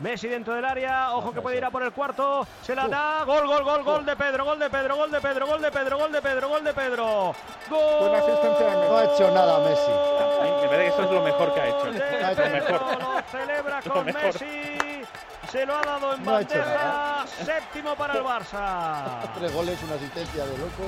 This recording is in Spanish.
Messi dentro del área, ojo que puede ir a por el cuarto, se la da, gol, gol, gol, gol de Pedro, gol de Pedro, gol de Pedro, gol de Pedro, gol de Pedro, gol de Pedro. Gol. Buena asistencia de Messi. No ha hecho nada Messi. A mí me parece que eso es lo mejor que ha hecho. De Ha hecho lo Pedro mejor. lo celebra Lo con mejor. Messi. Se lo ha dado en No ha hecho bandeja, séptimo para el Barça. Tres goles, una asistencia de loco.